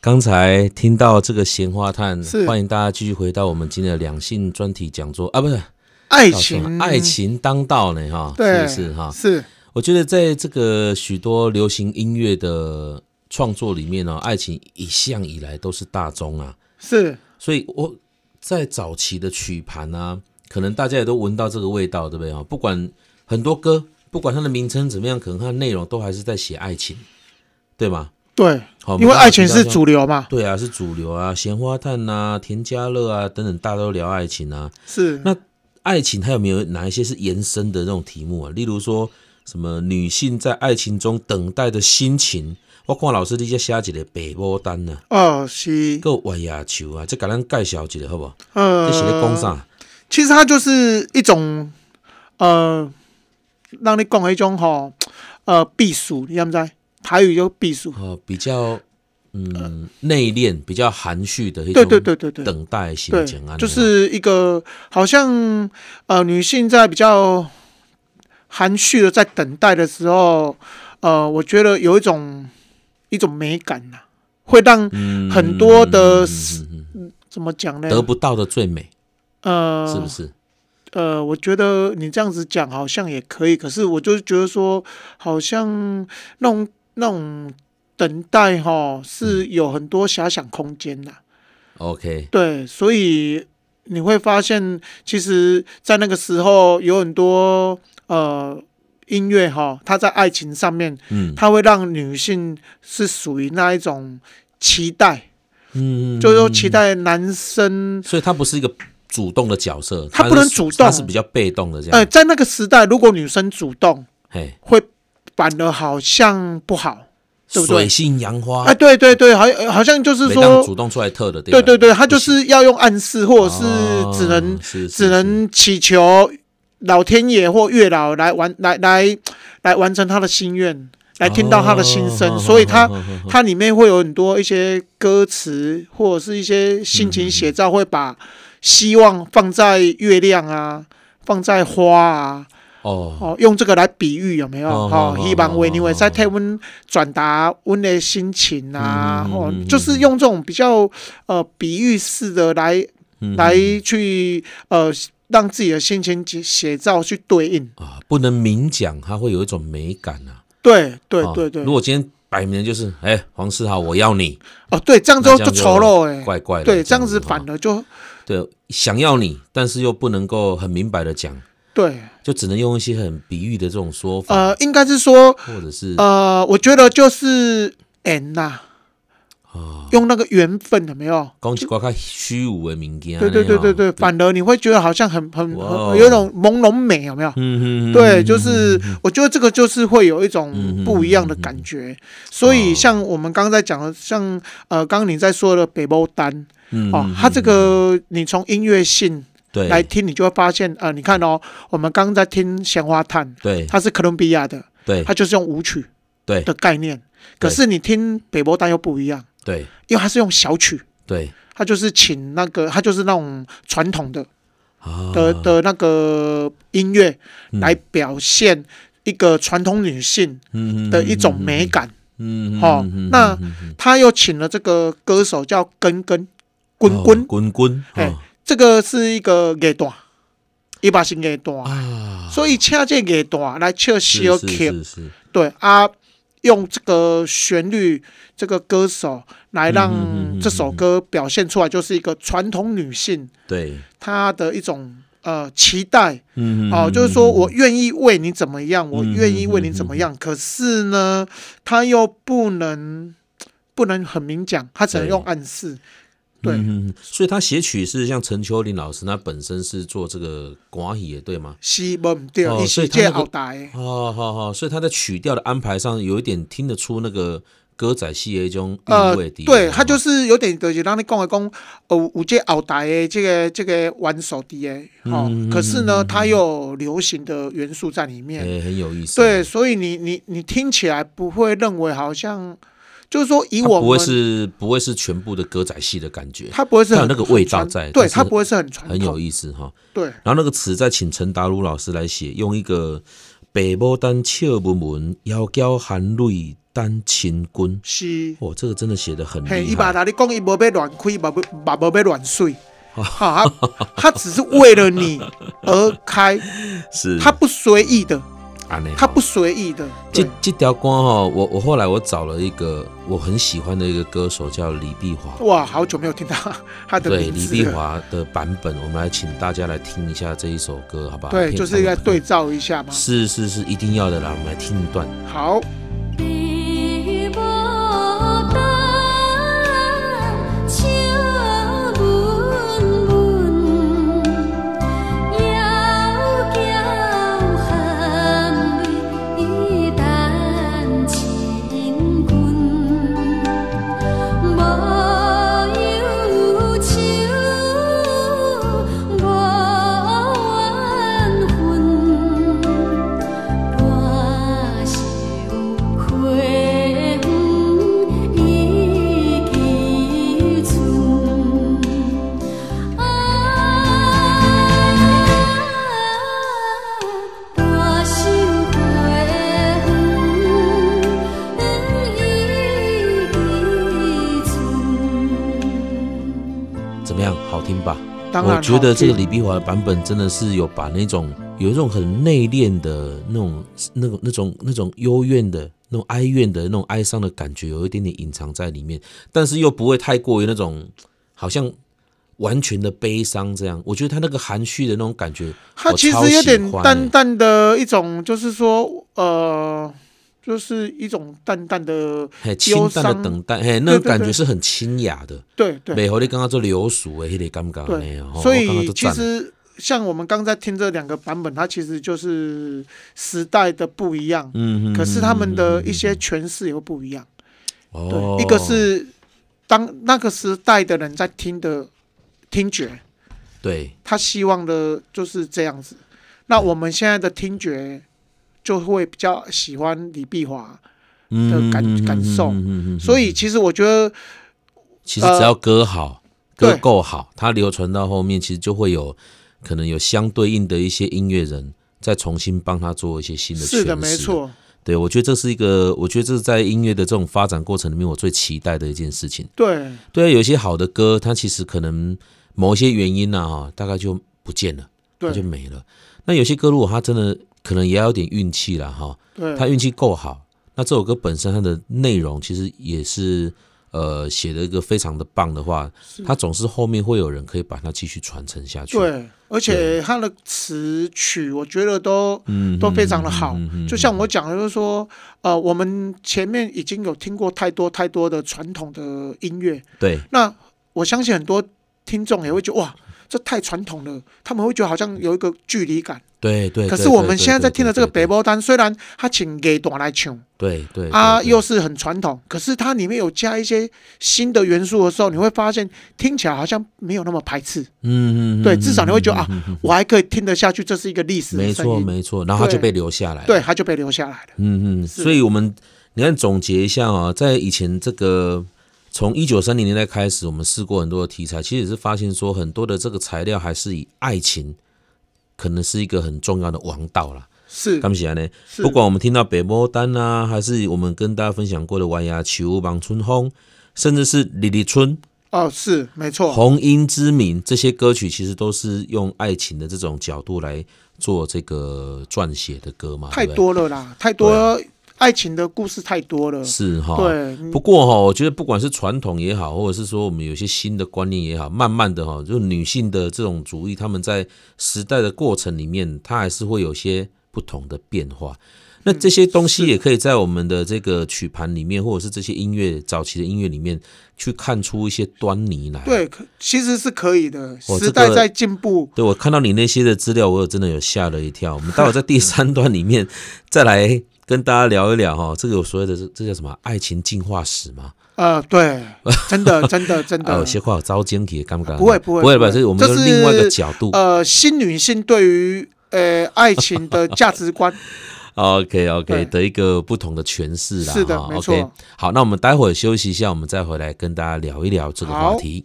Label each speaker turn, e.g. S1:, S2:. S1: 刚才听到这个闲话探，
S2: 是
S1: 欢迎大家继续回到我们今天的两性专题讲座啊，不是
S2: 爱
S1: 叫什么
S2: 情，
S1: 爱，情当道呢哈，是
S2: 对，
S1: 不是哈？
S2: 是
S1: 我觉得在这个许多流行音乐的创作里面呢、哦爱情一向以来都是大宗啊，
S2: 是，
S1: 所以我在早期的曲盘啊，可能大家也都闻到这个味道，对不对啊？不管很多歌，不管它的名称怎么样，可能它的内容都还是在写爱情，对吗？
S2: 对，
S1: 好，
S2: 因为爱情
S1: 我们刚刚
S2: 是
S1: 提到说
S2: 主流嘛，
S1: 对啊，是主流啊，闲花探呐、田家乐啊等等，大家都聊爱情啊。
S2: 是
S1: 那爱情它有没有哪一些是延伸的那种题目啊？例如说什么女性在爱情中等待的心情，我看老师你这写一个北波丹呐、啊，
S2: 哦，是，
S1: 个歪牙球啊，这给咱介绍一个好不好？这写的工
S2: 呃，
S1: 啥？
S2: 其实它就是一种，呃，让你讲的一种吼，呃，避暑，你知不知？台语叫避暑，
S1: 哦，比较嗯内敛、比较含蓄的一
S2: 对
S1: 种
S2: 对对对对，
S1: 等待心
S2: 对
S1: 情啊，，
S2: 就是一个好像呃，女性在比较含蓄的在等待的时候，呃，我觉得有一种一种美感呐、会让
S1: 嗯
S2: 很多
S1: 嗯
S2: 的
S1: 嗯嗯嗯
S2: 怎么讲呢？
S1: 得不到的最美，
S2: 呃，
S1: 是不是？
S2: 呃，我觉得你这样子讲好像也可以，可是我就是觉得说，好像那种那种等待哈，是有很多遐想空间呐、
S1: OK，
S2: 对，所以你会发现，其实，在那个时候有很多呃音乐哈，它在爱情上面，
S1: 嗯
S2: 它会让女性是属于那一种期待，
S1: 嗯，
S2: 就是说期待男生。
S1: 所以他不是一个主动的角色，
S2: 他不能主动
S1: 他是比较被动的这
S2: 哎、
S1: 样。
S2: 在那个时代，如果女生主动，
S1: 哎，
S2: 会反而好像不好。对不对
S1: 水性杨花
S2: 哎、，对对对，好，好像就是
S1: 啊每当
S2: 说，
S1: 主动出来特的，
S2: 对对
S1: 对吧，
S2: 对，他就是要用暗示，或者是
S1: 哦
S2: 只能
S1: 是是
S2: 只
S1: 是
S2: 能祈求老天爷或月老来完来来来完成他的心愿，来听到他的心声，
S1: 哦
S2: 所以他
S1: 好好好好
S2: 它里面会有很多一些歌词或者是一些心情写照，会把希望放在月亮啊，放在花啊，
S1: 哦，
S2: 哦，用这个来比喻有没有？
S1: 哦
S2: 哦
S1: 哦，
S2: 希望为你
S1: 哦
S2: 会在替阮转达阮的心情啊，
S1: 嗯
S2: 哦
S1: 嗯嗯，
S2: 就是用这种比较呃比喻式的来
S1: 嗯
S2: 来去呃让自己的心情写写照去对应。
S1: 啊，不能明讲，他会有一种美感啊。
S2: 对对
S1: 哦
S2: 对对
S1: 如，果今天摆明了就是，哎，黄世豪，我要你，
S2: 哦对，这样
S1: 那
S2: 就
S1: 这
S2: 就
S1: 样
S2: 丑陋哎，
S1: 怪怪的。
S2: 对，这样子反
S1: 哦
S2: 而就
S1: 对，想要你，但是又不能够很明白的讲，
S2: 对，
S1: 就只能用一些很比喻的这种说法，
S2: 呃，应该是说
S1: 或者是
S2: 呃，我觉得就是缘呐，
S1: 啊，
S2: 用那个缘分有没有？
S1: 讲一寡较虚无的物件。
S2: 对对对对对，
S1: 反
S2: 反而你会觉得好像很很
S1: 哇
S2: 很
S1: 哦
S2: 有一种朦胧美，有没有？
S1: 嗯嗯，嗯
S2: 对，
S1: 嗯
S2: 就是哦我觉得这个就是会有一
S1: 嗯
S2: 种
S1: 嗯
S2: 不一样的感觉。所以像我们刚刚在讲的，像呃，刚刚你在说的北欧丹
S1: 嗯
S2: 哦，它这个你从音乐性
S1: 对
S2: 来听，你就会发现，呃，你看哦，我们刚刚在听《鲜花炭》，
S1: 对
S2: 它是哥伦比亚的，
S1: 对
S2: 它就是用舞曲
S1: 对
S2: 的概念。可
S1: 对
S2: 是你听北欧丹又不一样，
S1: 对
S2: 因为它是用小曲。
S1: 对
S2: 他就是请那个，他就是那种传统的
S1: 啊
S2: 的的那个音乐
S1: 嗯
S2: 来表现一个传统女性
S1: 嗯嗯
S2: 的一种美感。
S1: 嗯
S2: 哦
S1: 嗯嗯
S2: 那
S1: 嗯嗯嗯
S2: 他又请了这个歌手叫根根滚
S1: 哦
S2: 滚，
S1: 滚滚
S2: 哎
S1: 哦
S2: 这个是一个乐段，一把新乐段，
S1: 啊，
S2: 所以请这乐段来唱
S1: 是
S2: 小
S1: 是
S2: 曲，
S1: 是是
S2: 对啊。用这个旋律，这个歌手来让
S1: 嗯嗯嗯嗯
S2: 这首歌表现出来，就是一个传统女性
S1: 对
S2: 她的一种呃期待，
S1: 嗯
S2: 哦，就是说我愿意为你怎么样，我
S1: 嗯
S2: 愿意为你怎么样，可是呢，他又不能不能很明讲，他只能
S1: 对
S2: 用暗示。对，
S1: 嗯嗯嗯所以他写曲是像陈秋林老师，他本身是做这个广语的，对吗？
S2: 是无唔对，
S1: 哦
S2: 伊
S1: 所
S2: 是
S1: 以他
S2: 这
S1: 那个
S2: 后台。
S1: 哦，好好，所以他在曲调的安排上有一点听得出那个歌仔戏的一种
S2: 呃
S1: 韵味，的，
S2: 对，他就是是有点就是让你讲的讲，哦，有这后台的这个这个玩手的诶，哦，
S1: 嗯嗯嗯
S2: 可是呢，
S1: 嗯嗯
S2: 它又有流行的元素在里面，
S1: 哎很有意思，
S2: 对，，所以你你你听起来不会认为好像，就是说以
S1: 它
S2: 我
S1: 不会
S2: 们
S1: 是不会是全部的歌仔戏的感觉，
S2: 它不会是
S1: 它有
S2: 很
S1: 那个味道
S2: 传
S1: 在，
S2: 对，
S1: 但是
S2: 它不会是很传
S1: 很有
S2: 统，
S1: 意思哈。
S2: 对，
S1: 然后那个词再请陈达儒老师来写，用一个北牡丹笑文文，窈窕含泪丹琴君，
S2: 是。
S1: 哇，这个真的写的很
S2: 嘿，
S1: 厉
S2: 伊嘛
S1: 害。
S2: 哪里讲伊无要乱开，嘛无嘛无要乱睡，
S1: 哦
S2: 哈、他他只是为了你而开，
S1: 是，
S2: 他不随意的，
S1: 啊内，
S2: 他不随意的，对
S1: 这，这条歌哈，我我后来我找了一个我很喜欢的一个歌手叫李碧华，
S2: 哇，好久没有听到他的
S1: 对
S2: 名
S1: 李
S2: 字
S1: 碧
S2: 了，
S1: 华的版本，我们来请大家来听一下这一首歌，好不好？
S2: 对，
S1: 片
S2: 就是应该
S1: 段
S2: 对照一下嘛。
S1: 是是是，一定要的啦，我们来听一段。
S2: 好，
S3: 你无当笑阮阮，妖娇含泪等亲君。无忧愁，无怨恨，半袖花黄已寄春。啊，大树花黄已寄春。
S1: 怎么样？好听吧？
S2: 当然
S1: 我觉得这
S2: 好听
S1: 个李碧华的版本真的是有把那种有一种很内敛的那种、那种、那种、那种幽怨的、那种哀怨的、那种哀伤的感觉，有一点点隐藏在里面，但是又不会太过于那种好像完全的悲伤这样。我觉得他那个含蓄的那种感觉，
S2: 他
S1: 我
S2: 其
S1: 超
S2: 实有
S1: 喜
S2: 点
S1: 欢
S2: 淡
S1: 欸
S2: 淡的一种，就是说，呃，就是一种淡淡的，
S1: 嘿，
S2: 忧
S1: 清淡的
S2: 伤
S1: 等待，嘿，那种
S2: 对对
S1: 感觉
S2: 对
S1: 是很清雅的。
S2: 对对
S1: 美猴你刚刚做流俗的那个感觉
S2: 对
S1: 呢，，
S2: 所
S1: 啊哦我刚刚
S2: 以
S1: 都
S2: 其
S1: 赞了
S2: 实像我们刚才听这两个版本，它其实就是时代的不一样，
S1: 嗯，嗯
S2: 可是他们的一些
S1: 嗯
S2: 诠释又不一样。
S1: 嗯嗯嗯
S2: 对，
S1: 哦
S2: 一个是当那个时代的人在听的听觉，
S1: 对
S2: 他希望的就是这样子。那我们现在的听觉就会比较喜欢李碧华，的感感受
S1: 嗯
S2: 所以其实我觉得
S1: 其实只要歌好，歌
S2: 对
S1: 够好，它流传到后面，其实就会有可能有相对应的一些音乐人再重新帮他做一些新的诠释。
S2: 是的，没。错，
S1: 对，我觉得这是一个，我觉得这是在音乐的这种发展过程里面，我最期待的一件事情。
S2: 对
S1: 对啊，有一些好的歌，它其实可能某一些原因呐、啊，大概就不见了，它就
S2: 对
S1: 没了。那有些歌如果它真的可能也要有点运气啦，哈，他
S2: 对，
S1: 运气够好，那这首歌本身它的内容其实也是呃写的一个非常的棒的话，它总是后面会有人可以把它继续传承下去。，
S2: 对，而且他的词曲我觉得都
S1: 嗯
S2: 都非常的好
S1: 嗯嗯嗯嗯。
S2: 就像我讲的，就是说，呃，我们前面已经有听过太多太多的传统的音乐，
S1: 对
S2: 那我相信很多听众也会觉得哇，这太传统了，他们会觉得好像有一个距离感。
S1: 对对。
S2: 可是
S1: 对
S2: 我
S1: 对
S2: 们
S1: 对
S2: 现在在
S1: 对
S2: 听的这
S1: 对
S2: 个北波丹，虽然它请给短来唱
S1: 对对对
S2: 啊，
S1: 对
S2: 又是很传统，可是它里面有加一些新的元素的时候，你会发现听起来好像没有那么排斥。
S1: 嗯嗯嗯
S2: 对，
S1: 嗯
S2: 至少你会觉得
S1: 嗯
S2: 啊
S1: 嗯嗯嗯，
S2: 我还可以听得下去，这是一个历史的
S1: 没
S2: 声
S1: 错
S2: 音。
S1: 没错，然后它就
S2: 对
S1: 被留下来。
S2: 对，，它就被留下来了。
S1: 嗯嗯，
S2: 是
S1: 所以我们你看总结一下啊、在以前这个从一九三零年代开始，我们试过很多的题材，其实也是发现说很多的这个材料还是以爱情可能是一个很重要的王道啦。
S2: 是
S1: 感谢呢，
S2: 是，
S1: 不管我们听到北波丹啊，还是我们跟大家分享过的弯牙球、望春风，甚至是李立春、
S2: 哦，是没错，
S1: 红音之名这些歌曲，其实都是用爱情的这种角度来做这个撰写的歌嘛，
S2: 太
S1: 对不对
S2: 多了啦，太多爱情的故事太多了。
S1: 啊是哦哈。
S2: 对，
S1: 不过哈、我觉得不管是传统也好，或者是说我们有一些新的观念也好，慢慢的哈、就女性的这种主义，她们在时代的过程里面，它还是会有些不同的变化。那这些东西也可以在我们的这个曲盘里面，或者是这些音乐早期的音乐里面，去看出一些端倪来。
S2: 对，可其实是可以的，
S1: 哦
S2: 时代
S1: 这个
S2: 在进步。
S1: 对，我看到你那些的资料，我有真的有吓了一跳。我们待会在第三段里面 再来跟大家聊一聊哈、这个有所谓的这这叫什么爱情进化史吗？
S2: 呃， 对，真的，真的，真
S1: 啊，有
S2: 的。
S1: 些话有招奸体，尴不尴？
S2: 嗯不会不会
S1: 不会
S2: 不
S1: 吧？
S2: 会
S1: 这是我们
S2: 这
S1: 用另外一个
S2: 是
S1: 角度。
S2: 呃，新女性对于呃爱情的价值观，
S1: OK OK
S2: 对
S1: 的哦一个不同的诠释啦。
S2: 是的
S1: 哈
S2: 没
S1: OK，
S2: 错
S1: 好，那我们待会儿休息一下，我们再回来跟大家聊一聊这个话
S2: 好
S1: 题。